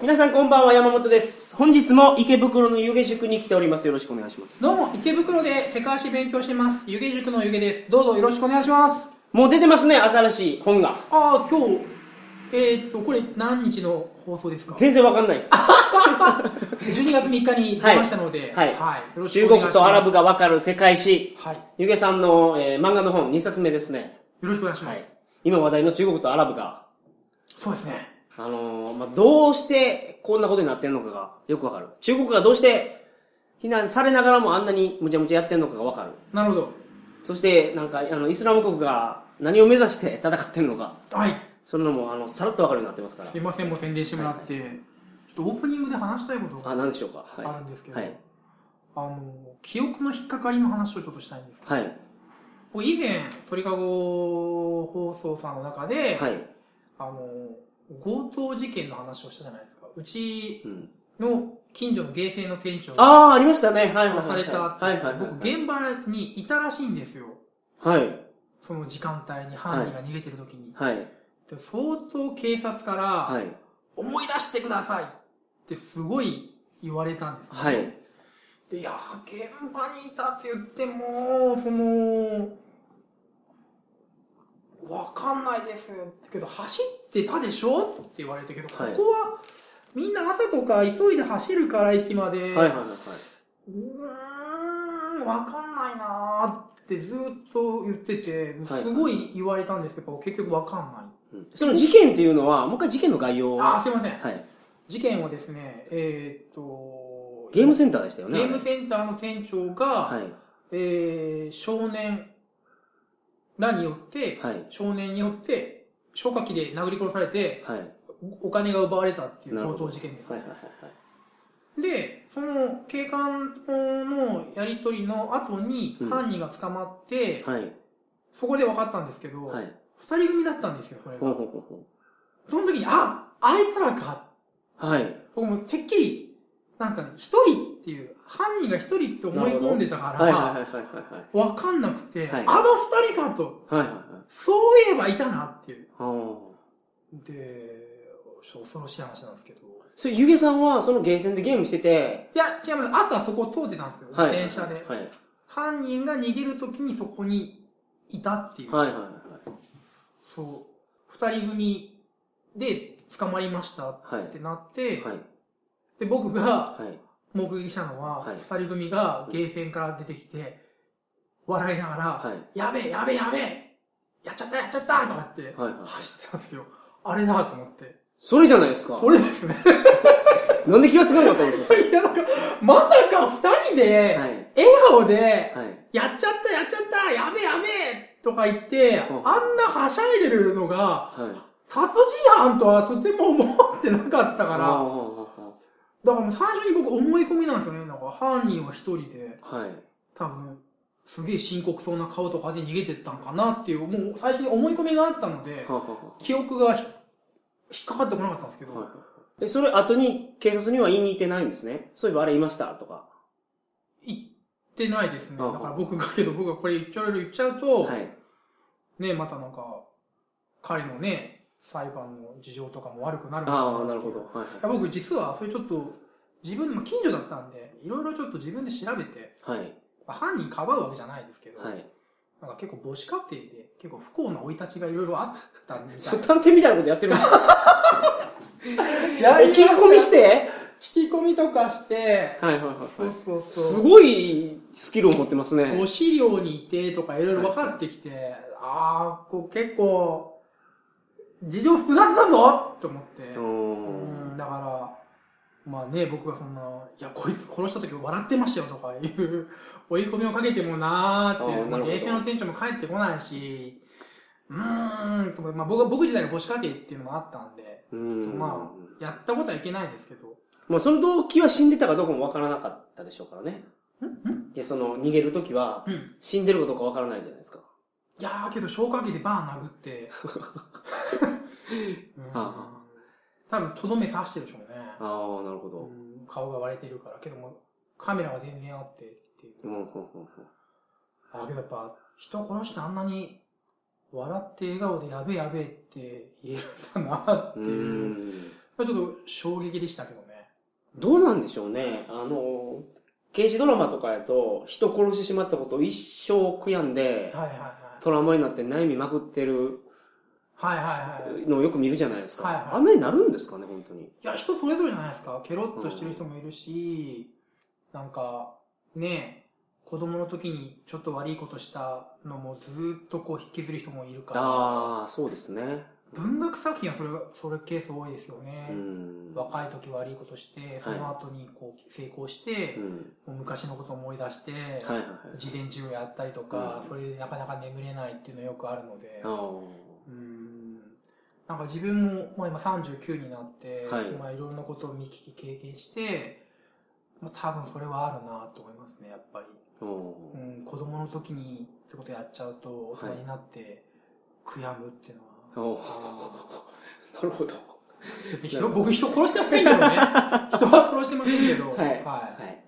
皆さんこんばんは山本です本日も池袋の湯気塾に来ておりますよろしくお願いしますどうも池袋で世界史勉強してます湯気塾の湯気ですどうぞよろしくお願いしますもう出てますね新しい本がああ今日えー、っとこれ何日の放送ですか全然わかんないです12月3日に出ましたのではいよろしく中お願いし国ますとアラブがわかる世界史はいよ湯気さんの、えー漫画の本2冊目ですねろしくお願いしまはす、い今話題の中国とアラブがそうですねあのーまあ、どうしてこんなことになってんのかがよくわかる中国がどうして非難されながらもあんなにむちゃむちゃやってんのかがわかるなるほどそしてなんかあのイスラム国が何を目指して戦ってるのかはいそんなのもあのさらっとわかるようになってますからすいませんもう宣伝してもらって、ちょっとオープニングで話したいことがあ、なんでしょうか。はい。あるんですけど、はい。あの記憶の引っかかりの話をちょっとしたいんですけど、はい。僕以前鳥かご放送さんの中で、はい。あの強盗事件の話をしたじゃないですかうちうん。の近所のゲーセンの店長がああ、ありましたね。はいはいはい。殺されたってはいはいはい。僕現場にいたらしいんですよはい。その時間帯に犯人が逃げてる時に、はい。で相当警察から、はい。思い出してくださいってすごい言われたんですね、はい。でいや現場にいたって言ってもそのわかんないですけど走ってたでしょって言われたけど、はいここはみんな朝とか急いで走るから駅まで、はいはいはい。うーんわかんないなーってずっと言っててはいすごい言われたんですけど、結局わかんないうんその事件っていうのは、もう一回事件の概要を。あーはすいませんい。事件はですねえーっとゲームセンターでしたよね。ゲームセンターの店長が、はい。えー少年らによって、はい。少年によって、消火器で殴り殺されて、はい。おお金が奪われたっていうなるほ強ど盗事件ですはいはいね。はいはい。で、その警官とのやりとりの後にうん犯人が捕まって、はい。そこで分かったんですけど、二、はい。人組だったんですよ、それほうが。ほうほうほその時に、ああいつらかう。はい。僕もてっきり、なんかね、一人っていう、犯人が一人って思い込んでたから、はいはいはいはいはい。分かんなくて、はいあの二人かと。はいはいはい。そういえばいたなっていう。あーで、ちょっと恐ろしい話なんですけど。いそれ、ゆげさんは、そのゲーセンでゲームしてて、や、違います。朝そこ通ってたんですよ。自はい。転車で。はい。犯人が逃げるときにそこにいたっていう。はいはいはそう。二人組で捕まりましたっい。はい。てなって、はい。で、僕がはい。目撃したのは、はい二人組がゲーセンから出てきて、笑いながら、はい。やべえやべえやべえやっちゃったやっちゃったとかって、はいはい走ってたんですよ。あれだと思って。それじゃないですか。これですね。 なんで気がつかなかったんですかそれいや、なんか、まさか二人で、はい。笑顔で、はい。やっちゃった、やっちゃった、やべえやべえとか言って、あうんんなはしゃいでるのが、はい。殺人犯とはとても思ってなかったかあら、あだからもう最初に僕思い込みなんですよね。なんか犯人は一人で、はい。多分、すげえ深刻そうな顔とかで逃げてったのかなっていう、もう最初に思い込みがあったのでは、はは記憶がひ引っかかってこなかったんですけど、は。え、それ後に警察には言いに行ってないんですね。そういえばあれいましたとか。言ってないですね。うだんから僕がけど、僕がこれ言っちゃう言っちゃうと、はい。ね、またなんか、彼のね、裁判の事情とかも悪くなるのかああ、なるっていほうど。いはや僕実は、それちょっと、自分、まあ近所だったんで、いろいろちょっと自分で調べて、い。はい。まあ犯人かばうわけじゃないですけど、はい。なんか結構母子家庭で、結構不幸な生い立ちがいろいろあったみたそ、いうな。探偵みたいなことやってるんですかえ、聞き込みしてて聞き込みとかして、はいはいはそうそうい。すそう。ごいスキルを持ってますねご。資料にいてとかいろいろ分かってきて、ああ、こう結構、事情複雑だぞと思って。ううんん。だからまあね僕がそんな「いやこいつ殺した時笑ってましたよ」とかいう追い込みをかけてもなーっていあーなるうほど衛生の店長も帰ってこないしうーんと思ってまあ、僕は僕自体が母子家庭っていうのもあったんでうん。まあやったことはいけないですけどまあ、その動機は死んでたかどうかもわからなかったでしょうからね。んんいや、その、逃げるときは、うん死んでるかどうかわからないじゃないですか。いやーけど消火器でバーン 殴って、うんはあは多分とどめ刺してるでしょうね、ああ、なるほど。うん顔が割れてるからけどもカメラが全然あってっていううん、うん、うんうん。あけどやっぱ人殺してあんなに笑って笑顔でやべえやべえって言えるんだなってういうーんちょっと衝撃でしたけどね。どうなんでしょうね。あの、刑事ドラマとかやと、人殺してしまったことを一生悔やんで、はいはいはい。トラウマになって悩みまくってるはいはいはい。のをよく見るじゃないですか。はいはいあんなになるんですかね、本当に。いや、人それぞれじゃないですか。ケロッとしてる人もいるし、なんか、ねえ、子供の時にちょっと悪いことしたのもずーっとこう引きずる人もいるから、ああ、そうですね。文学作品はそれが、それケース多いですよねう。ん。若い時悪いことして、その後にこう成功してう、ん。もう昔のことを思い出して、はいはいはい。事前授業やったりとか、うんそれでなかなか眠れないっていうのはよくあるので、ああ。うーんなんか自分も、まあ、今39になって、はいいまあ、いろんなことを見聞き経験して、まあ、多分それはあるなと思いますねやっぱり、おーうん、子供の時にってことやっちゃうと大人になって悔やむっていうのは、おー なるほど。別に人僕人殺してませ んけどね人は殺してませんけどはいははい。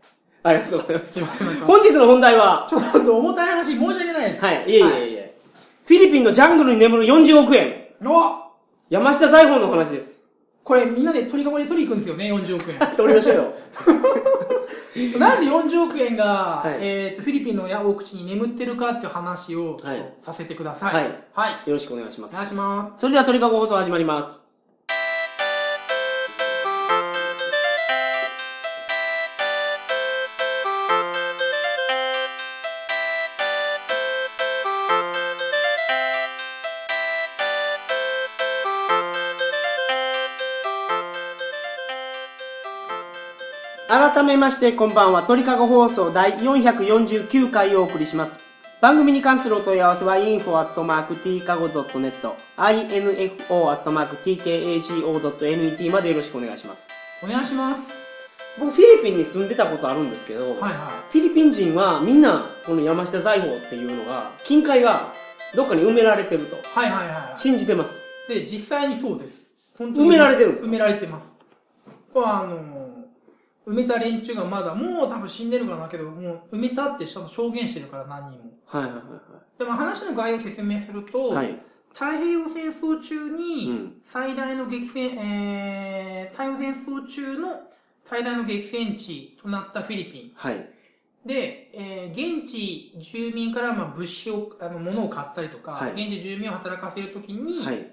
ありがとうございまいす。今なんか本日の本題は、ちょっと重たい話申し訳ないです、はい、いえいえいえ、フィリピンのジャングルに眠る40億円、お山下財宝の話です。これみんなで取り囲まで取りに行くんですよね40億円取りましょ うよ。なんで40億円が、はいえーとフィリピンの大口に眠ってるかっていう話をはいさせてください。はいはい。よろしくお願いしまおす。願いしまそれでは鳥かご放送始まります。改めましてこんばんは鳥かご放送第449回をお送りします番組に関するお問い合わせは info.tkago.net info.tkago.net までよろしくお願いしますす。お願いします。僕フィリピンに住んでたことあるんですけど、はいはフィリピン人はみんなこの山下財宝っていうのが金塊がどっかに埋められてるとい。はいはいは信じてますい。で、実際にそうです。本埋められてるんですか埋められてます。これはあのー埋めた連中がまだ、もう多分死んでるかなけど、もう埋めたって人も証言してるから何人も。はいはいでも話の概要を説明すると、はいはいはい太平洋戦争中うにん最大の激戦、えー、太平洋戦争中の最大の激戦地となったフィリピン。はいで、えー現地住民からまあ物資を、あの、物を買ったりとか、はい現地住民を働かせるときに、はい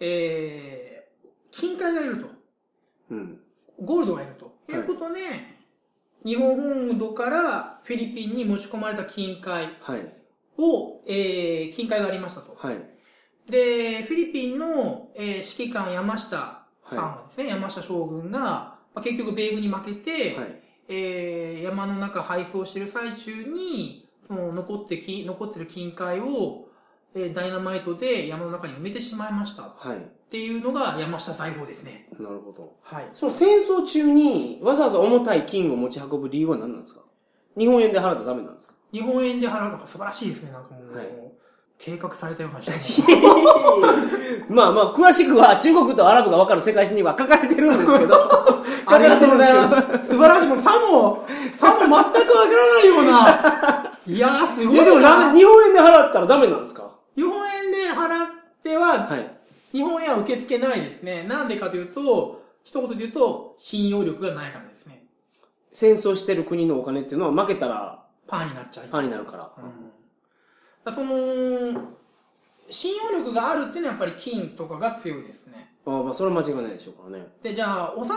えー金塊がいると。うんゴールドがいると。ということで、日本本土からフィリピンに持ち込まれた金塊はいを、えー金塊がありましたと。はいで、フィリピンの、えー指揮官山下さんがですね、山下将軍が、まあ、結局米軍に負けて、はいえー山の中配送してる最中に、その残ってき、残ってる金塊を、えーダイナマイトで山の中に埋めてしまいました。っはいていうのが山下財宝ですね。なるほどはい。その戦争中にわざわざ重たい金を持ち運ぶ理由は何なんですか日本円で払ったらダメなんですか日本円で払うのが素晴らしいですね、なんかもう。はい計画されたよう な人まあまあ、詳しくは中国とアラブが分かる世界史には書かれてるんですけど、 書かありれがてとるんうごですざいけます。素晴らしい。もう、さも、さも全くわから ないような。いやー、すど。ごい。いや でもなんで日本円で払ったらダメなんですか日本円で払っては、はい。日本円は受け付けないですね。なんでかというと、一言で言うと、信用力がないからですね。戦争してる国のお金っていうのは負けたらパーになっちゃいパーになるから。うんだからその、信用力があるっていうのはやっぱり金とかが強いですね。ああまあ、それは間違いないでしょうからね。で、じゃあ、お札、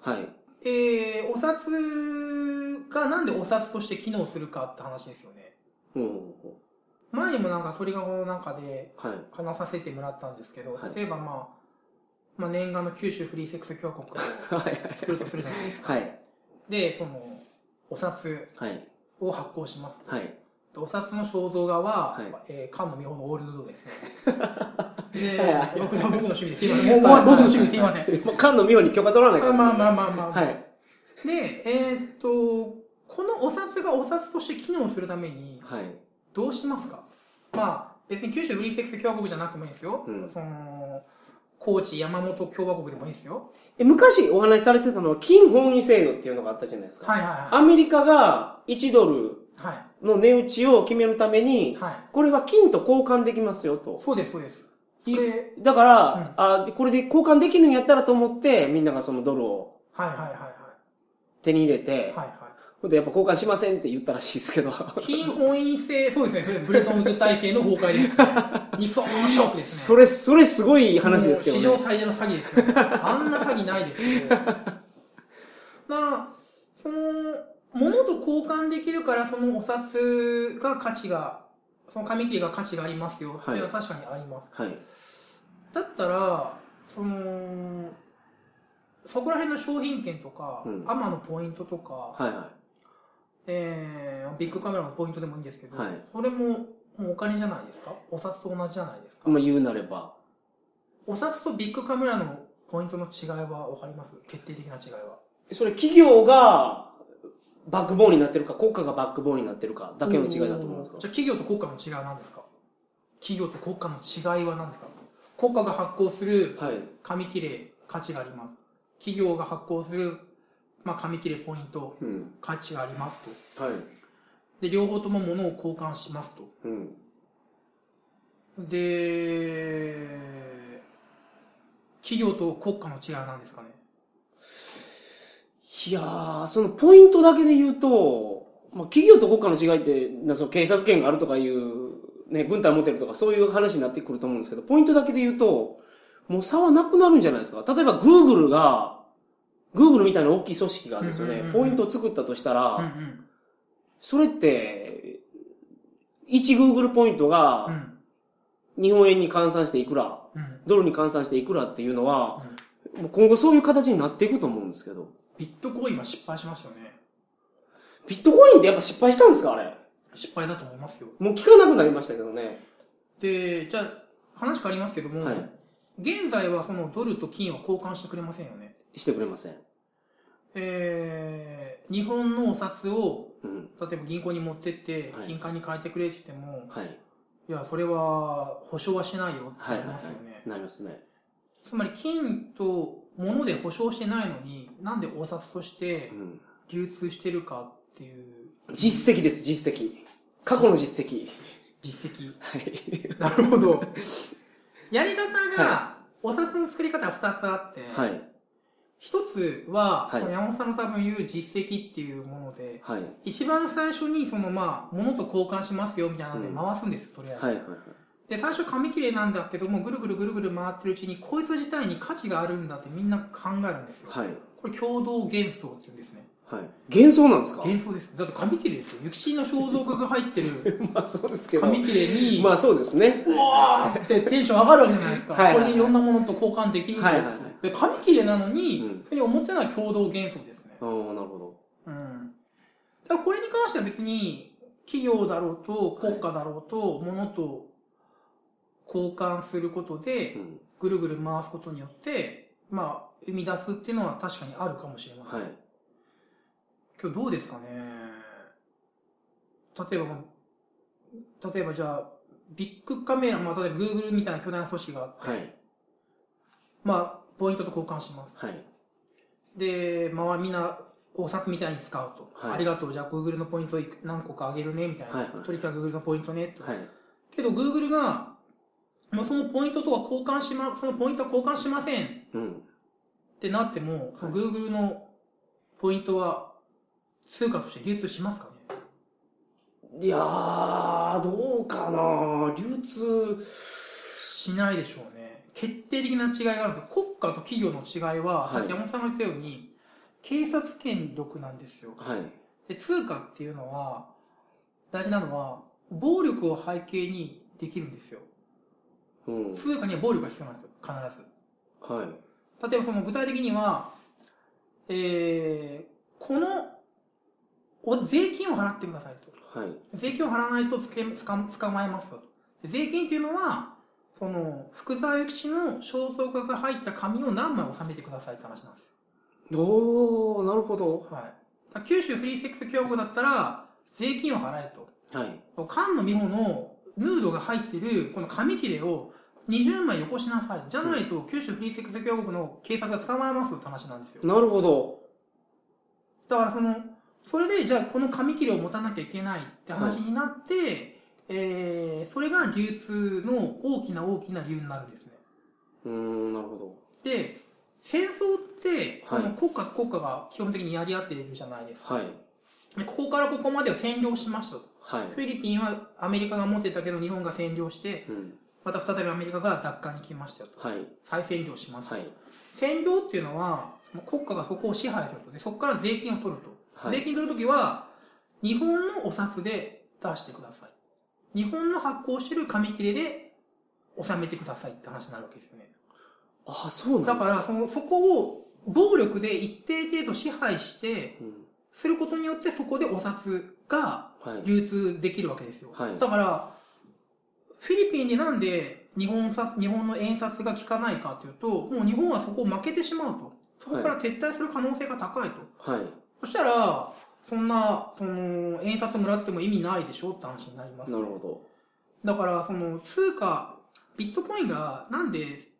はい。えー、お札がなんでお札として機能するかって話ですよね。うんうんうん。前にもなんか鳥籠の中で、はい。話させてもらったんですけど、はい例えばまあ、まあ念願の九州フリーセックス共和国をはい。作るとするじゃないですか。はい。で、その、お札はい。を発行しますと。はい。でお札の肖像画は、はいえー菅野美穂のオールヌード ですね。ではいはい、僕の僕の趣味ですいません。もうもう僕の趣味ですいません。もう菅野美穂に許可取らないからあですまあねまあまあまはあ。い。で、えーっと、このお札がお札として機能するために、はい。どうしますかまあ、別に九州フリーセックス共和国じゃなくてもいいですよ。うんその、高知山本共和国でもいいですよ。え昔お話しされてたのは金本位制度っていうのがあったじゃないですか。はいはアメリカが1ドルいはい。はい。の値打ちを決めるために、はい。これは金と交換できますよと。そうです、そうです。これ、だから、あ、これで交換できるんやったらと思って、みんながそのドルをはいはいはい手に入れはい。て、はいはほんでやっぱ交換しませんって言ったらしいですけど。い。金本位制、そうですね、そうですねブレトンウッズ体制の崩壊です、ね。ニクソンのショックですそね。れ、それすごい話ですけどね。もう史上最大の詐欺ですけど、ね、あんな詐欺ないですけど。 まあ、その、物と交換できるから、そのお札が価値が、その紙切りが価値がありますよっていうのは確かにあります。はい。だったらそのそこら辺の商品券とか、うんアマのポイントとか、はいはえービッグカメラのポイントでもいいんですけど、はいそれももうお金じゃないですかお札と同じじゃないですか、い。まあ言うなれば。お札とビッグカメラのポイントの違いは分かります決定的な違いはそれ企業がバックボーンになってるか、国家がバックボーンになってるかだけの違いだと思うんですかおーじゃあ企業と国家の違いは何ですか企業と国家の違いは何ですか国家が発行するはい。紙切れ価値があります企業が発行する、まあ、紙切れポイントうん。価値がありますとはい。で両方とも物を交換しますとうん。で企業と国家の違いは何ですかねいやー、そのポイントだけで言うと、まあ企業と国家の違いって、なその警察権があるとかいう、ね、軍隊持ってるとかそういう話になってくると思うんですけど、ポイントだけで言うと、もう差はなくなるんじゃないですか。例えば Google が、Google みたいな大きい組織がですようんうんねうん、ポイントを作ったとしたら、うんうんそれって、1 Google ポイントうがん日本円に換算していくら、うんドルに換算していくらっていうのは、うんもう今後そういう形になっていくと思うんですけど。ビットコインは失敗しましたよねビットコインってやっぱ失敗したんですかあれ。失敗だと思いますよもう聞かなくなりましたけどね。でじゃあ話変わりますけども、はい現在はそのドルと金を交換してくれませんよねしてくれません。えー、日本のお札をうん。例えば銀行に持ってってはい金貨に変えてくれって言っても、はい。いやそれは保証はしないよっては、ないりはいますよね、はい。なりますね。つまり金と物で保証してないのになんでお札としてうん。流通してるかっていう実績です、実績。過去の実績。実績 はい。なるほどやり方がお札の作り方は2つあって、はい。 1つは、はいこの山本さんの多分言う実績っていうものではい。一番最初にそのまあ物と交換しますよみたいなのでうん回すんですよ、とりあえず、はい。はい。で最初紙切れなんだけどもぐるぐるぐるぐる回ってるうちにこいつ自体に価値があるんだってみんな考えるんですよ、はい。これ共同幻想っていうんですねはい。幻想なんですか幻想ですだって紙切れですよゆきちの肖像画が入ってるまあそう ですけど。紙切れに、まあそうですね。うわーってテンション上がるわけじゃないですかはいはいはいこれでいろんなものと交換できるぞはいはいはいで紙切れなのに、うんそれに思ってない共同幻想ですねああ、なるほど。うんだからこれに関しては別に企業だろうと国家だろうと、物と交換することでうん。ぐるぐる回すことによってまあ生み出すっていうのは確かにあるかもしれませんはい。今日どうですかね例えばまあ、例えばじゃあ、ビッグカメラ、まあ、例えば Google みたいな巨大な組織があって、はい。まあ、ポイントと交換します。はい。で、まあ、みんな、お札みたいに使うと。はいありがとう、じゃあ Google のポイントいく何個かあげるね、みたいな。はいはい取り替え Google のポイントね、と。はい。けど Google が、もうそのポイントとは交換しま、そのポイントは交換しませんっうん。てなっても、はい Google のポイントは通貨として流通しますかねいやー、どうかな流通、しないでしょうね。決定的な違いがあるんですよ。国家と企業の違いは、はいさっき山本さんが言ったように、警察権力なんですよ。はい。で、通貨っていうのは、大事なのは、暴力を背景にできるんですよ。うん。通貨には暴力が必要なんですよ。必はい。ず。例えばその具体的には、えー、この、お税金を払ってくださいと。はい。税金を払わないとつけつか捕まえますよと。で税金っていうのは、その、福沢諭吉の肖像画が入った紙を何枚収めてくださいって話なんですおー、なるほど。よ。はい。だから九州フリーセックス共和国だったら、税金を払えはい。と。菅野美穂のヌードが入ってる、この紙切れを20枚よこしなさい。じゃないと、九州フリーセックス共和国の警察が捕まえますよって話なんですよ。なるほど。だからその、それで、じゃあこの紙切れを持たなきゃいけないって話になって、えー、それが流通の大きな大きな理由になるんですね。うーん、なるほど。で、戦争って、そはのい国家と国家が基本的にやり合っているじゃないですか。はい。でここからここまでを占領しましたと。はい。フィリピンはアメリカが持ってたけど日本が占領して、うん。また再びアメリカが奪還に来ましたよと。はい。再占領します。はい。占領っていうのは、その国家がそこを支配すると。で、そこから税金を取ると。はい税金取るときは、日本のお札で出してください。日本の発行してる紙切れで納めてくださいって話になるわけですよね。あ、そうなだんでかすら、その、そこを暴力で一定程度支配して、うん。することによってそこでお札がはい。流通できるわけですよ。はいだから、フィリピンでなんで日本札日本の円札が効かないかというと、もう日本はそこを負けてしまうと。そこから撤退する可能性が高いと。はい。そしたら、そんな、その、円札もらっても意味ないでしょって話になります、なるほど。だから、その、通貨、ビットコインが、なんで、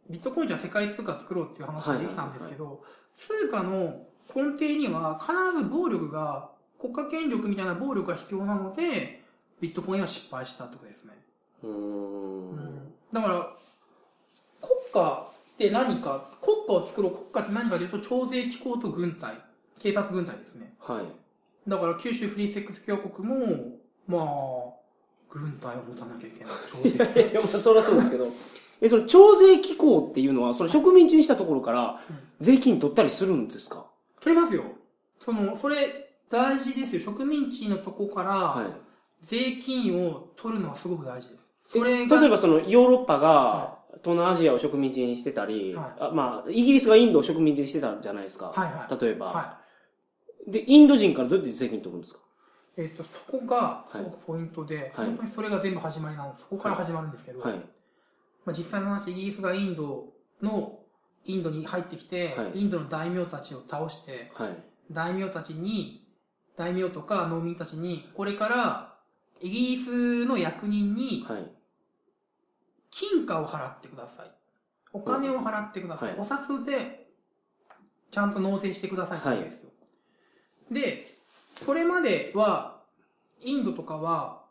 ビットコインじゃ世界通貨作ろうっていう話ができたんですけど、通貨の根底には、必ず暴力が、国家権力みたいな暴力が必要なので、ビットコインは失敗したってことですね。うーん。だから、国家って何か、国家を作ろう、国家って何かというと、徴税機構と軍隊、警察軍隊ですね。 はい。だから九州フリーセックス共和国も、まあ、軍隊を持たなきゃいけない。 徴税機構いや、まあ、そりゃそうですけど。え、その、徴税機構っていうのは、その植民地にしたところからうん、税金取ったりするんですか取れますよ。その、それ、大事ですよ。植民地のとこから、い。税金を取るのはすごく大事です。それが、例えばそのヨーロッパがは東南アジアを植民地にしてたり、はいあまあ、イギリスがインドを植民地にしてたじゃないですか。はいは例えば、はで、インド人からどうやって税金取るんですかい。えっ、と、そこが、いすごくポイントで、はい本当にそれが全部始まりなんです。そこから始まるんですけど、はい。まあ、実際の話、イギリスがインドの、インドに入ってきて、はいインドの大名たちを倒して、はい。大名たちに、大名とか農民たちに、これから、イギリスの役人に、はい。金貨を払ってください。お金を払ってください。はいお札で、ちゃんと納税してくださいってわけですよ。で、それまでは、インドとかは、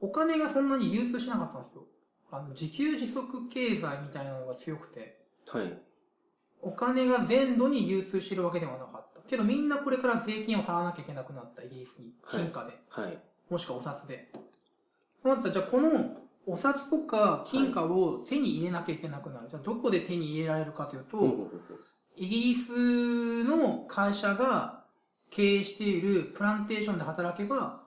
お金がそんなに流通しなかったんですよ。あの、自給自足経済みたいなのが強くて、はい。お金が全土に流通してるわけではなかった。けどみんなこれから税金を払わなきゃいけなくなった、イギリスに。はい金貨で。はい。もしくはお札で。そうなったらじゃあこのお札とか金貨を手に入れなきゃいけなくなる。じゃあどこで手に入れられるかというと、ほうほうほうほうイギリスの会社が経営しているプランテーションで働けば、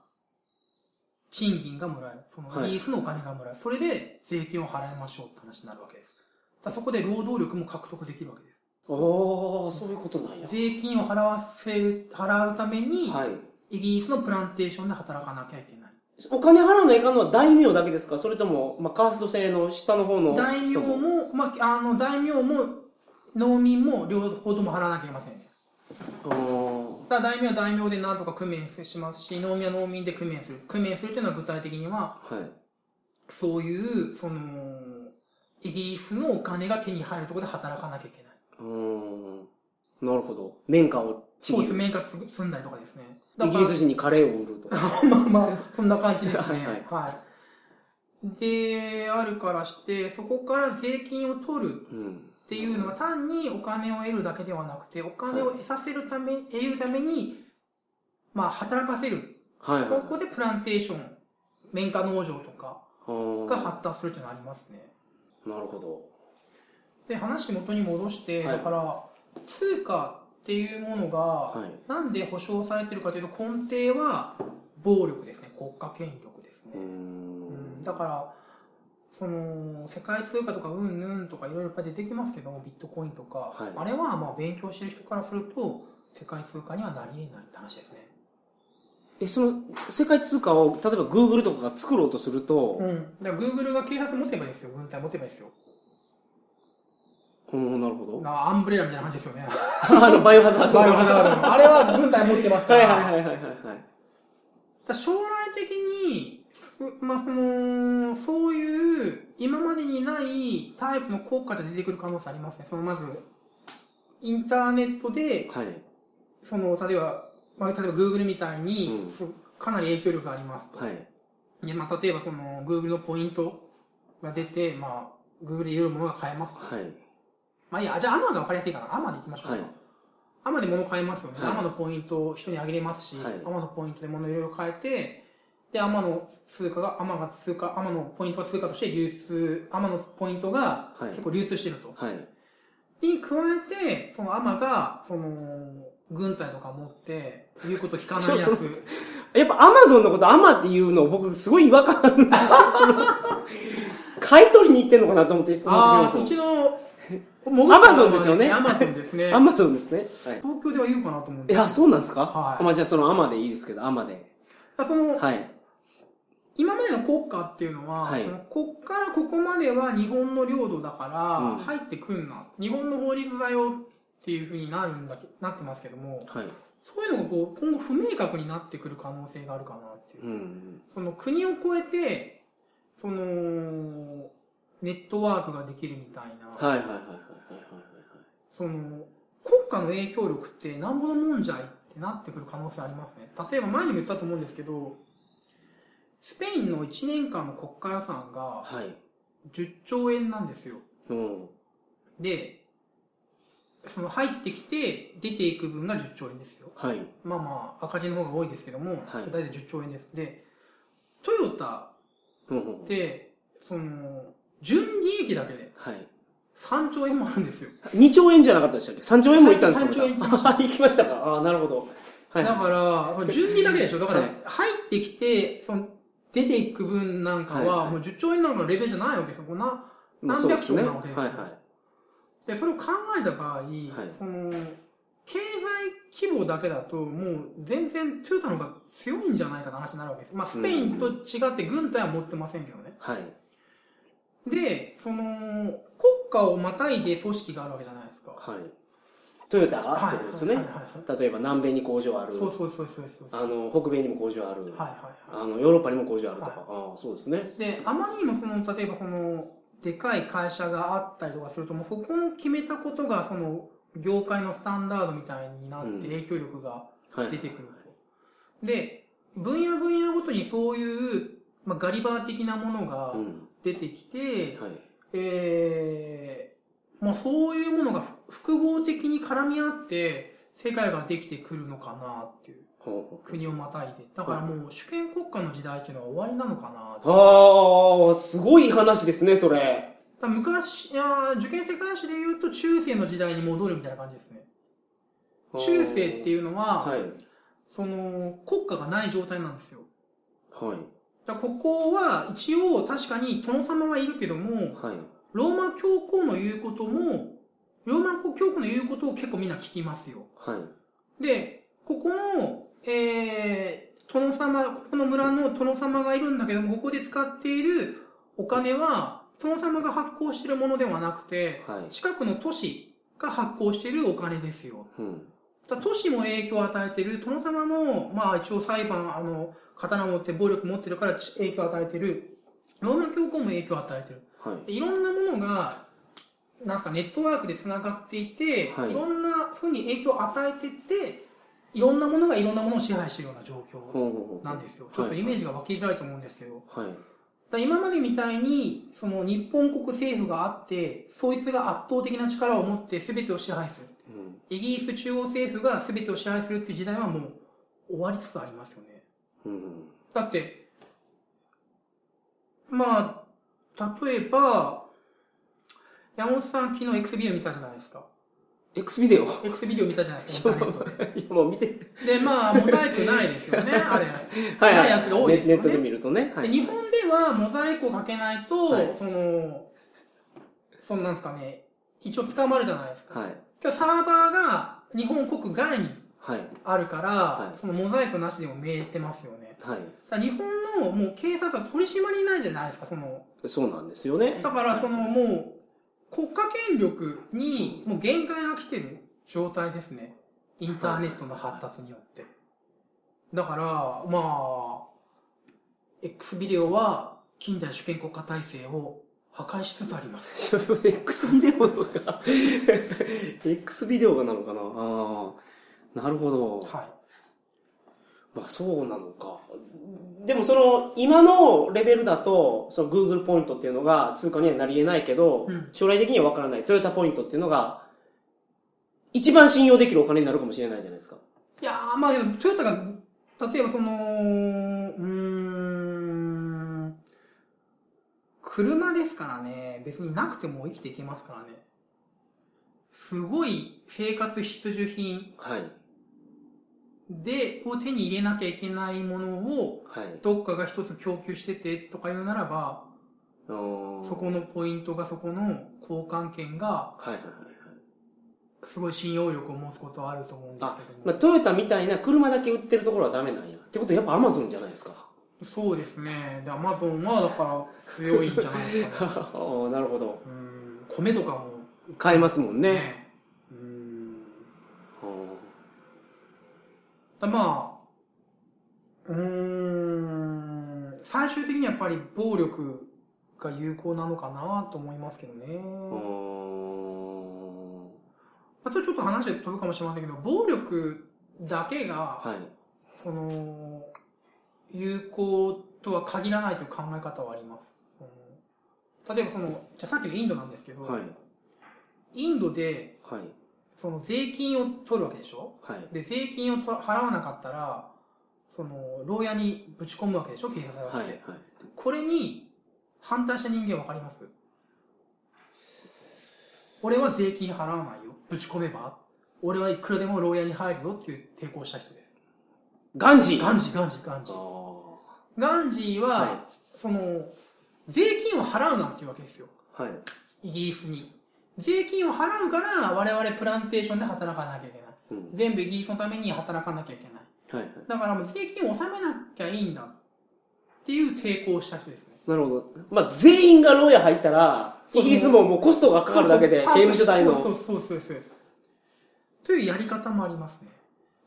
賃金がもらえる。そのはいイギリスのお金がもらえる。それで税金を払いましょうって話になるわけです。だからそこで労働力も獲得できるわけです。おー、そういうことなんや。税金を払わせる、払うために、はい。イギリスのプランテーションで働かなきゃいけない。お金払わないかんのは大名だけですかそれとも、まあ、カースト制の下の方の人大名も、まあ、あの、大名も、農民も両方とも払わなきゃいけませんね。も。だから大名は大名で何とか工面しますし、農民は農民で工面する。工面するというのは具体的には、あーはい。そういう、その、イギリスのお金が手に入るところで働かなきゃいけない。うーん。なるほど。綿花をちそうぎです。る。面が積んだりとかですね。だイかギらリス人にカレーを売るとか。 まあまあ、そんな感じですね。ははいい、はいで、あるからして、そこから税金を取るうん。っていうのは単にお金を得るだけではなくて、お金を得させるため、得るために、まあ、働かせる。はい、はい。そこでプランテーション、綿花農場とかがが発達するっていうのはありますね。なるほど。で、話元に戻して、はいだから、通貨っていうものが、はい。なんで保障されてるかというと、根底は暴力ですね。国家権力ですね。うーうんん。だから、その、世界通貨とかうんぬんとかいろいろいっぱい出てきますけども、ビットコインとか、はいあれはまあ勉強してる人からすると、世界通貨にはなり得ないって話ですね。え、その、世界通貨を、例えば Google とかが作ろうとすると、ん。だから Google が警察持てばいいですよ。軍隊持てばいいですよ。うん、なるほど。 なアンブレラみたいな感じですよね。あの、バイオハザード。バイオハザードのあれは軍隊持ってますかはら。いはいはいはいはいはい。だから将来的に、うまあ、その、そういう、今までにないタイプの効果が出てくる可能性ありますね。その、まず、インターネットではい。その、例えば、まあ、例えば Google みたいにうん、そうかなり影響力がありますと。はい。で、まあ、例えばその、Google のポイントが出て、まあ、Google でいろいろ物が買えますと。はい。まあいいや、じゃあ AMA が分かりやすいかな。AMA でいきましょうか。はい。 AMA で物買えますよね。はい AMA のポイントを人にあげれますし、はい AMA のポイントで物いろいろ買えて、で、AMA の通貨が、AMA が通貨、AMA のポイントが通貨として流通、AMA のポイントがはい結構流通してると。はい。に加えて、その AMA が、その、軍隊とか持って、言うこと聞かないやそうつ。やっぱアマゾンのことアマっていうの僕すごい違和感あるんですよ。そ の買い取りに行ってんのかなと思って。ああ、そ思っってし ちの、 Amazon ですよねアマゾンですね。まうアマゾンですね。はい。東京では言うかなと思うんいですけどや、そうなんですかはいまあじゃあそのアマでいいですけど、アマで。だからその、はい。今までの国家っていうのは、はいそのこっからここまでは日本の領土だうんから、入ってくんな、日本の法律だよっていうふうになるんだけ、なってますけども、はい。そういうのがこう、今後不明確になってくる可能性があるかなっていう。うん。その国を越えて、その、ネットワークができるみたいな、はいはいはいはいはいその、国家の影響力ってなんぼのもんじゃいってなってくる可能性ありますね。例えば前にも言ったと思うんですけど、スペインの1年間の国家予算がはいはい。はい。 10兆円なんですよ。うん。で、その入ってきて出ていく分が10兆円ですよ。はい。まあまあ赤字の方が多いですけども、はい大体10兆円です。で、トヨタうんっ。て、その、純利益だけではい。 3兆円もあるんですよ。 2兆円じゃなかったでしたっけ ?3 兆円もいったんですか3兆円行きましあ、行きましたか。ああー、なるほど。はい。だから、その準備だけでしょ。だからはい、入ってきて、その、出ていく分なんかはいはは、いもう10兆円なんかのレベルじゃないわけですよ。こんな、まあそうですね。は何百い兆なわけですよはで、それを考えた場合、その、経済規模だけだと、もう全然トヨタの方が強いんじゃないかって話になるわけです。まあ、スペインと違って軍隊は持ってませんけどね。い。はい。で、その、国家をまたいで組織があるわけじゃないですか。はい。トヨタがっはていことですねはい。はいはい例えば南米に工場ある。そうそうそうそうそう。あの、北米にも工場ある。はいはいはあの、ヨーロッパにも工場あるとか。はいああ、そうですね。い。で、あまりにもその、例えばその、でかい会社があったりとかすると、もうそこの決めたことが、その、業界のスタンダードみたいになっうんて影響力がはい。出てくると。で、分野分野ごとにそういう、まあ、ガリバー的なものがうん。出てきて、はい。えーまあ、そういうものがふ複合的に絡み合って、世界ができてくるのかなっていう。ほうほう国をまたいで。だからもう主権国家の時代っていうのは終わりなのかなってああ、すごい話ですね、それ。だから昔、いやー受験生関史で言うと中世の時代に戻るみたいな感じですね。中世っていういうのは、はい。その、国家がない状態なんですよ。はい。だからここは一応確かに殿様はいるけども、はい。ローマ教皇の言うことも、ローマ教皇の言うことを結構みんな聞きますよ。はい。で、ここの、えー、殿様、ここの村の殿様がいるんだけども、ここで使っているお金は、殿様が発行しているものではなくて、はい。近くの都市が発行しているお金ですよ。うん。だから都市も影響を与えてる、殿様も、まあ一応裁判、あの、刀持って暴力持ってるからち影響を与えてる。ローマ教皇も影響を与えてる。はい。でいろんなものが、なんすか、ネットワークで繋がっていて、はいい、ろんな風に影響を与えてって、いろんなものがいろんなものを支配してるような状況ほうほうほう。なんですよ。いちょっとイメージが湧きづらいと思うんですけど。はい。だから今までみたいに、その日本国政府があって、そいつが圧倒的な力を持って全てを支配する。うん。イギリス中央政府が全てを支配するっていう時代はもう終わりつつありますよね。うん。だって、まあ、例えば、山本さん昨日 X ビデオ見たじゃないですか。 X ビデオ。 X ビデオ見たじゃないですか、インターネットいやもう見て。で。で、まあ、モザイクないですよね、あはれ。いはないやつが多いですよネネッねトで見るとね。はでい。日本ではモザイクをかけないと、はいその、そんなんですかね、一応捕まるじゃないですか。はい。今日サーバーが日本国外にはい。あるから、はいそのモザイクなしでも見えてますよね。はい。だから日本のもう警察は取り締まりないじゃないですか、その、そうなんですよね。だからそのもう国家権力にもう限界が来てる状態ですね。インターネットの発達によって。だから、まあ、X ビデオは近代主権国家体制を破壊しつつあります。 X ビデオとか X ビデオがなのかなああなるほど、はい。まあそうなのか。でもその、今のレベルだと、その Google ポイントっていうのが通貨にはなり得ないけど、うん将来的には分からないトヨタポイントっていうのが、一番信用できるお金になるかもしれないじゃないですか。いやー、まあ、でもトヨタが、例えばその、うーん、車ですからね、別になくても生きていけますからね。すごい生活必需品はい。で、を手に入れなきゃいけないものを、はい。どっかが一つ供給しててとか言うならば、そそこのポイントがそこの交換券が、はいはいはい。すごい信用力を持つことはあると思うんですあけども。、まあ、トヨタみたいな車だけ売ってるところはダメなんや。ってことはやっぱアマゾンじゃないです か。そうですね。で、アマゾンはだから強いんじゃないですかね。ああなるほど。うん、米とかも買えますもんね。ね。うん。うだまあ、うーん、最終的にやっぱり暴力が有効なのかなと思いますけどん。ね。うんあとちょっと話が飛ぶかもしれませんけど、暴力だけが、はい。その、有効とは限らないという考え方はあります。その例えばその、じゃあさっきのインドなんですけど、はい。インドで、はい。その税金を取るわけでしょはい。で、税金をと払わなかったら、その、牢屋にぶち込むわけでしょ警察がして、はい。はい。これに反対した人間わかります俺は税金払わないよ。ぶち込めば俺はいくらでも牢屋に入るよっていう抵抗した人です。ガンジーガンジー、ガンジー、ガンジあーー。ガンジーは、はその、税金を払うなんていうわけですよ。い。はい。イギリスに。税金を払うから、我々プランテーションで働かなきゃいけない。うん。全部イギリスのために働かなきゃいけない。はい。はい。だからもう税金を納めなきゃいいんだっていう抵抗をした人ですね。なるほど。まあ、全員が牢屋入ったら、イギリスももうコストがかかるだけで、そ刑うそう務所代そうの。そうそうそうです。というやり方もありますね。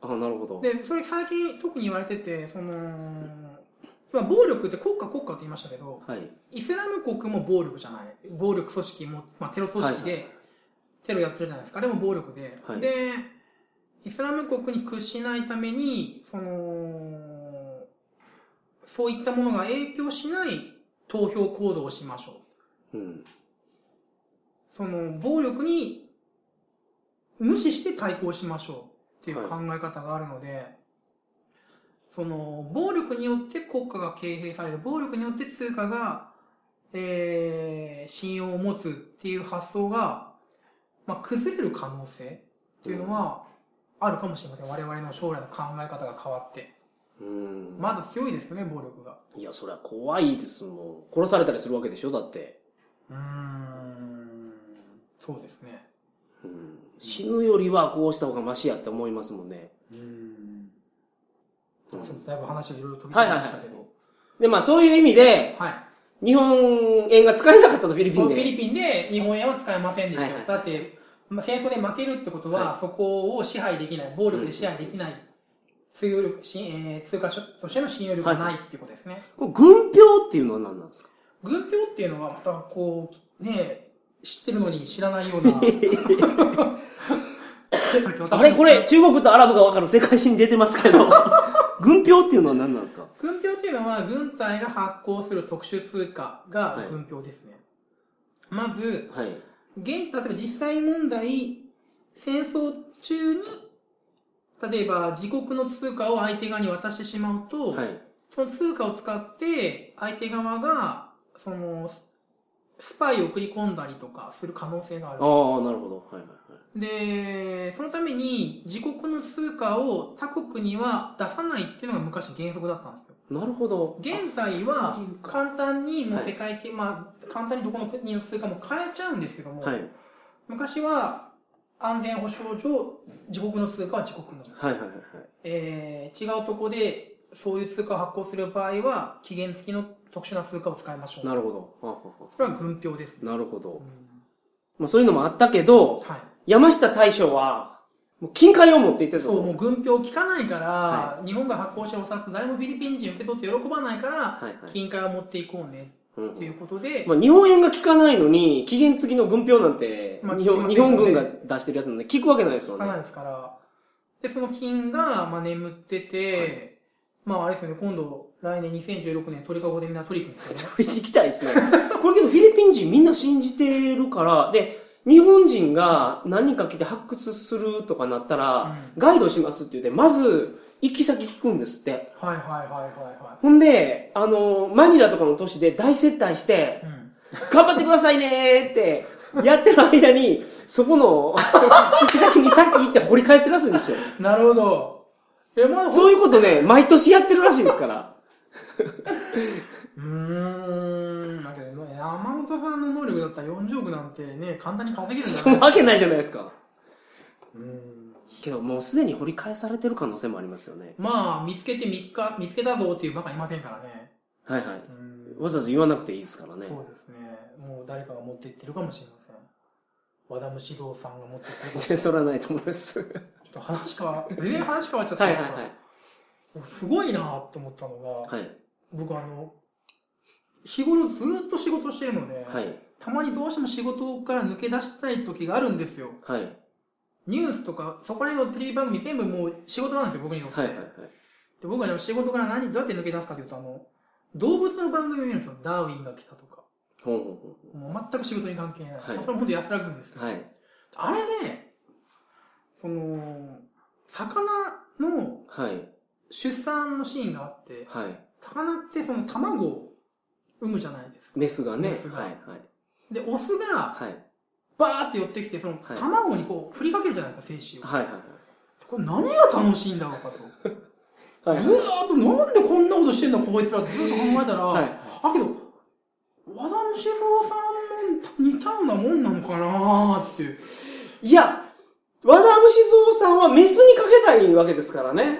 あなるほど。で、それ最近特に言われてて、その、今暴力って国家国家って言いましたけど、はい。イスラム国も暴力じゃない。暴力組織も、まあ、テロ組織はいで、テロやってるじゃないですか。あれも暴力で。はいで、イスラム国に屈しないために、その、そういったものが影響しない投票行動をしましょう。うん。その、暴力に無視して対抗しましょうっていう考え方があるので、その、暴力によって国家が形成される、暴力によって通貨が、えー、信用を持つっていう発想が、まあ、崩れる可能性っていうのは、あるかもしれません。我々の将来の考え方が変わって。うん。まだ強いですよね、暴力が。いや、そりゃ怖いですもん。殺されたりするわけでしょだって。うーん、そうですね。うん。死ぬよりはこうした方がマシやって思いますもんね。うん。うんだいぶ話がいろいろ飛び交いましたけど。で、まあ、そういう意味で、はい。日本円が使えなかったと、フィリピこンので。フィリピンで日本円は使えませんでしたよ。はいはいだって、まあ、戦争で負けるってことは、はそこを支配できない、暴力で支配できない、通用力、しえー通貨としての信用力がないっていうことですね。これ軍票っていうのは何なんですか軍票っていうのは、またこう、ね、知ってるのに知らないよ うな。あれこれ、中国とアラブが分かる世界史に出てますけど、 軍票っていうのは何なんですか軍票というのは軍隊が発行する特殊通貨が軍票ですね。まず、はい。現、例えば実際問題、戦争中に、例えば自国の通貨を相手側に渡してしまうと、はい。その通貨を使って相手側が、その、ススパイを送り込んだりとかする可能性がある。ああ、なるほど。はいはいはい。で、そのために自国の通貨を他国には出さないっていうのが昔原則だったんですよ。なるほど。現在はそういうか簡単にもうはい世界系、まあ簡単にどこの国の通貨も変えちゃうんですけども、はい。昔は安全保障上自国の通貨は自国の、はいはいはい。えー、違うとこでそういう通貨を発行する場合は期限付きの特殊な通貨を使いましょうなるほど。あああそれは軍票ですね、あなるほどう。まあそういうのもあったけどん、はい山下大将は、もう金塊を持っていってたと。そうもう軍票聞かないから、は日本が発行してるお札誰もフィリピン人受け取って喜ばないから、はいはい。金塊を持っていこうねうんっていうことで、まあ、日本円が効かないのに、期限付きの軍票なんて、まあ日聞き本ません日本軍が出してるやつなんで、効くわけないですよ聞かないね。ですから。で、その金が、まあ、眠ってて、まああれですよね、今度、来年2016年、鳥かごでみんな取り組むんですよ ね。行きたいですね。これけどフィリピン人みんな信じてるから、で、日本人が何か来て発掘するとかなったら、ガイドしますって言って、まず行き先聞くんですって。うんはいはいはいはいはほんで、あの、マニラとかの都市で大接待して い。、うん。頑張ってくださいねーって、やってる間に、そこの 行き先にさっき行って掘り返すらしいんですよ。なるほど。え、ま あ、そういうことね、毎年やってるらしいですから。うーん、だけどね、山本さんの能力だったら40億なんてね、簡単に稼げる んそだんなわね。けないじゃないですか。うーん。けどもうすでに掘り返されてる可能性もありますよね。まあ、見つけて3日、見つけたぞっていうバカいませんからね。。はいはいうん。わざわざ言わなくていいですからね。そうですね。もう誰かが持って行ってるかもしれません。和田虫堂さんが持って行ってるかもしれ全然それはないと思います。ないちょっと話変わ、全然話変わっちゃっ たはんいではいすけど、はい。すごいなと思ったのが、はい。僕あの、日頃ずーっと仕事してるので、はい。たまにどうしても仕事から抜け出したい時があるんですよ。はい。ニュースとか、そこら辺のテレビ番組全部もう仕事なんですよ、僕にとって。はいはいはい。で僕はでも仕事から何、どうやって抜け出すかというと、あの、動物の番組見るんですよ。ダーウィンが来たとか。ほうほうほもう全く仕事に関係ない。はいまあそれも本当安らぐんですよう。はい。あれね、その、魚のはい。出産のシーンがあって、はい。魚ってその卵を産むじゃないですか。メスがね。メはいスがはい。で、オスがはい。バーって寄ってきて、そのはい卵にこう振りかけるじゃないですか、精子を。はいはいこれ何が楽しいんだろうかと。はい。ずーっとなんでこんなことしてんだこいつらってずっと考えたら、はいあけど和田虫蔵さんも似たようなもんなのかなーっていや、和田虫蔵さんはメスにかけたいわけですからね。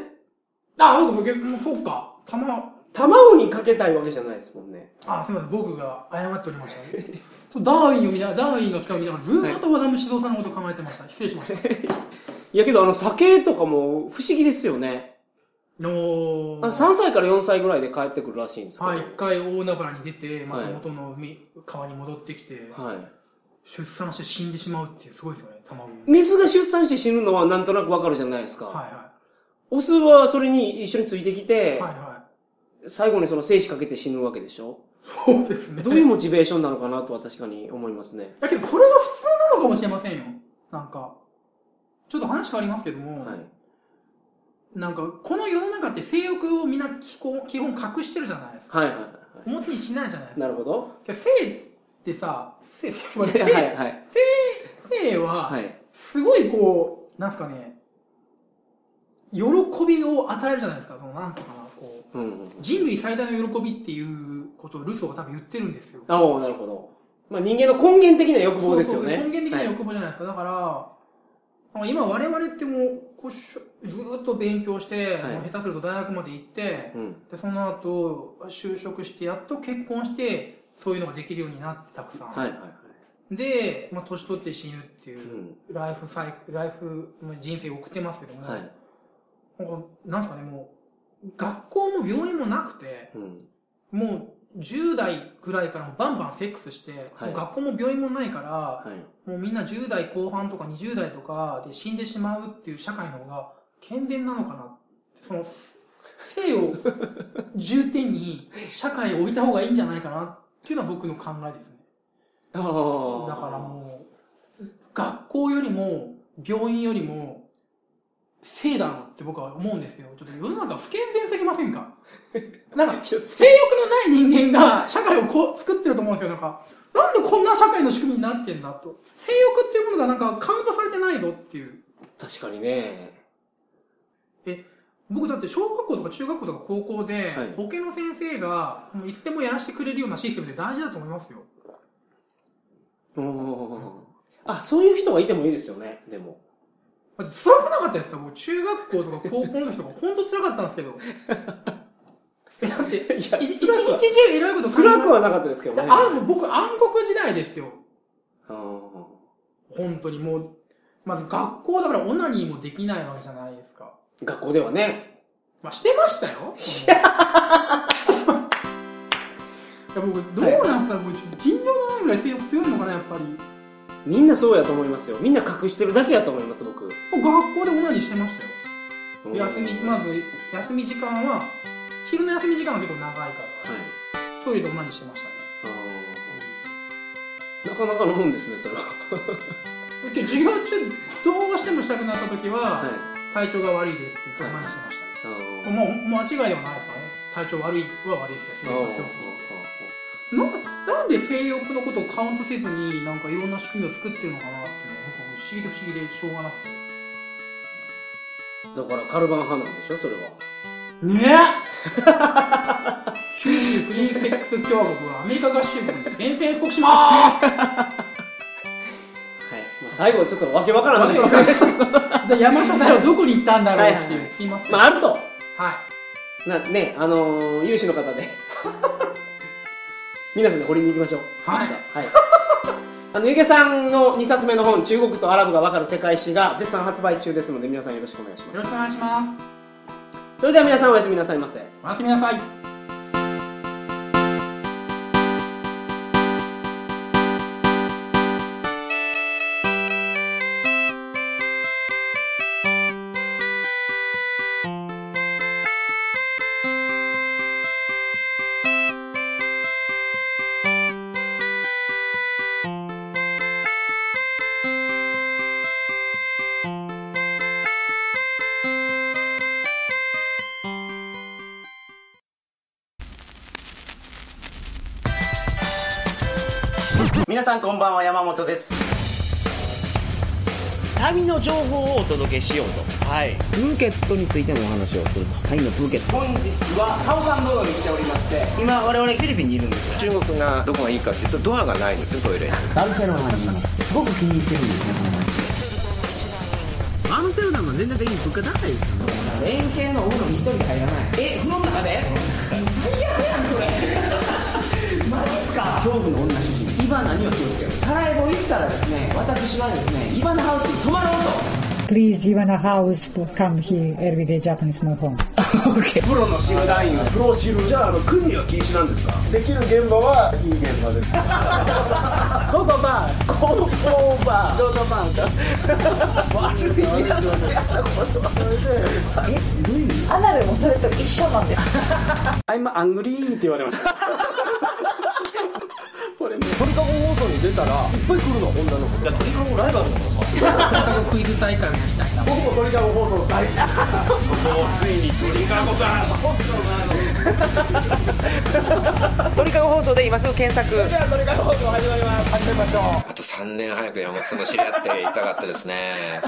あそうか僕もうそうかたま卵にかけたいわけじゃないですもんね。あすみません僕が謝っておりました、ね、そうダーウィンを見ながらダーウィンが来たを見ながらずーっと和田虫蔵さんのこと考えてました失礼しましたいやけどあの酒とかも不思議ですよね。のあーの3歳から4歳ぐらいで帰ってくるらしいんですけど。はい、一回大海原に出て、またはい元の海、川に戻ってきて、はい。出産して死んでしまうっていう、すごいですよね、卵も。メスが出産して死ぬのはなんとなくわかるじゃないですか。はいはオスはそれに一緒についてきい。て、はいは最後にその生死かけて死ぬわけでしょい。そうですね。どういうモチベーションなのかなとは確かに思いますね。だけど、それが普通なのかもしれませんよ。なんか。ちょっと話変わりますけども、はい。なんか、この世の中って性欲をみんな基本基本隠してるじゃないですか。はいはいは表にしないじゃないでい。すかなるほど。。けど性ってさ、性、性、はい性はいはい。性はは、い。すごいこう、なんすかね、喜びを与えるじゃないですか。その、なんとかな、こうんうんうん。う、人類最大の喜びっていうことをルソーが多分言ってるんですよ。ああ、なるほど。まあ人間の根源的な欲望ですよね。そうそうそう根源的なはい欲望じゃないですか。だから、なんか今我々ってもうこうしょずーっと勉強して、はいもう下手すると大学まで行って、うん。でその後就職して、やっと結婚して、そういうのができるようになってたくさん。はいはいはい。で、まあ、年取って死ぬっていうう、ん。ライフサイク、ライフ、まあ人生を送ってますけども、はい。なんかなんすかね、もう、学校も病院もなくて、うん。もう10代ぐらいからもバンバンセックスして、はいもう学校も病院もないから、はい。もうみんな10代後半とか20代とかで死んでしまうっていう社会の方が健全なのかなってその性を重点に社会を置いた方がいいんじゃないかなっていうのは僕の考えですねああ。だからもう学校よりも病院よりも性だろうって僕は思うんですけどちょっと世の中不健全すぎませんかなんかいやせ性欲のない人間が社会をこう作ってると思うんですよ、なんか。なんでこんな社会の仕組みになってんだと。性欲っていうものがなんかカウントされてないぞっていう。確かにね。僕だって小学校とか中学校とか高校で、はい保健の先生がもういつでもやらせてくれるようなシステムで大事だと思いますよ。うん。あ、そういう人がいてもいいですよね。でも。だって辛くなかったですかもう中学校とか高校の人が本当辛かったんですけど。 えだって、いやい一日辛くは中いろいろこと辛くははなかったですけどね。あの僕暗黒時代ですよ。うん本当にもう、まず学校だからオナニーもできないわけじゃないですか。学校ではね。まあ、してました よ。いや僕、どうなんすか、もうちょっと尋常じゃないぐらい性欲強いのかな、やっぱり。もみんなそうやと思いますよ。みんな隠してるだけやと思います、僕。う学校でオナニーしてましたよ。うん休み、まず、休み時間は昼の休み時間が結構長いから、トイレで何してましたね。あーなかなかのもんですね、それは。今日授業中、どうしてもしたくなった時は、はい。体調が悪いですって言って何してましたね。あーもう間違いではないですからね体調悪いは悪いですあよ性ー欲強すぎてななんで性欲のことをカウントせずになんかいろんな仕組みを作ってるのかなっていうのは僕は不思議で不思議でしょうがなくてだからカルバン派なんでしょ、それは。ねえ九州フリーセックス共和国はアメリカ合衆国に宣戦布告しま ーすはい。まあ、最後、ちょっとわけわからん話になりましたけど。で山下太郎どこに行ったんだろうってはいいはういすいませんまはいあ、あると。な、ね、あのー有志の 方で。皆さんで掘りに行きましょう。はいはい。 あの、ゆげさんの2冊目の本、中国とアラブがわかる世界史が絶賛発売中ですので、皆さんよろしくお願いしよろましす。くお願いしますそれでは皆さんおやすみなさいませ。おやすみなさい皆さんこんばんは山本です旅の情報をお届けしようとはいプーケットについてのお話をするタイのプーケット本日はカオさん道路に来ておりまして今我々フィリピンにいるんですよ中国がどこがいいかっていうとドアがないんですよトイレにバルセロナにいますすごく気に入ってるんですねこの街連携のお風呂に一人入らないえ風呂の中で最悪やんそれマジっすか恐怖の女主人イバナには気をつけるサラエボ行ったらですね私はですねイバナハウスに泊まろうと Please, even a house to come here, everyday Japanese my home. プロの知る団員はプロシルじゃああの訓には禁止なんですかできる現場はいい現場ですゴーゴーバーゴーゴーバーゴーゴーバーだアナルもそれと一緒なんです今アングリーって言われましたクイズ大会をやりたいな僕も鳥籠放送大好き鳥かご放送で今すぐ検索あと3年早く山本さんと知り合っていたかったですね